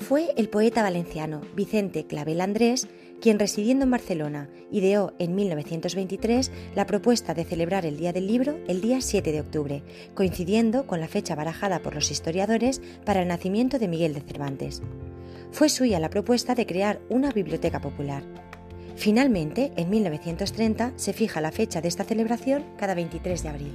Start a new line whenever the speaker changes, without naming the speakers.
Fue el poeta valenciano Vicente Clavel Andrés quien, residiendo en Barcelona, ideó en 1923 la propuesta de celebrar el Día del Libro el día 7 de octubre, coincidiendo con la fecha barajada por los historiadores para el nacimiento de Miguel de Cervantes. Fue suya la propuesta de crear una biblioteca popular. Finalmente, en 1930 se fija la fecha de esta celebración cada 23 de abril.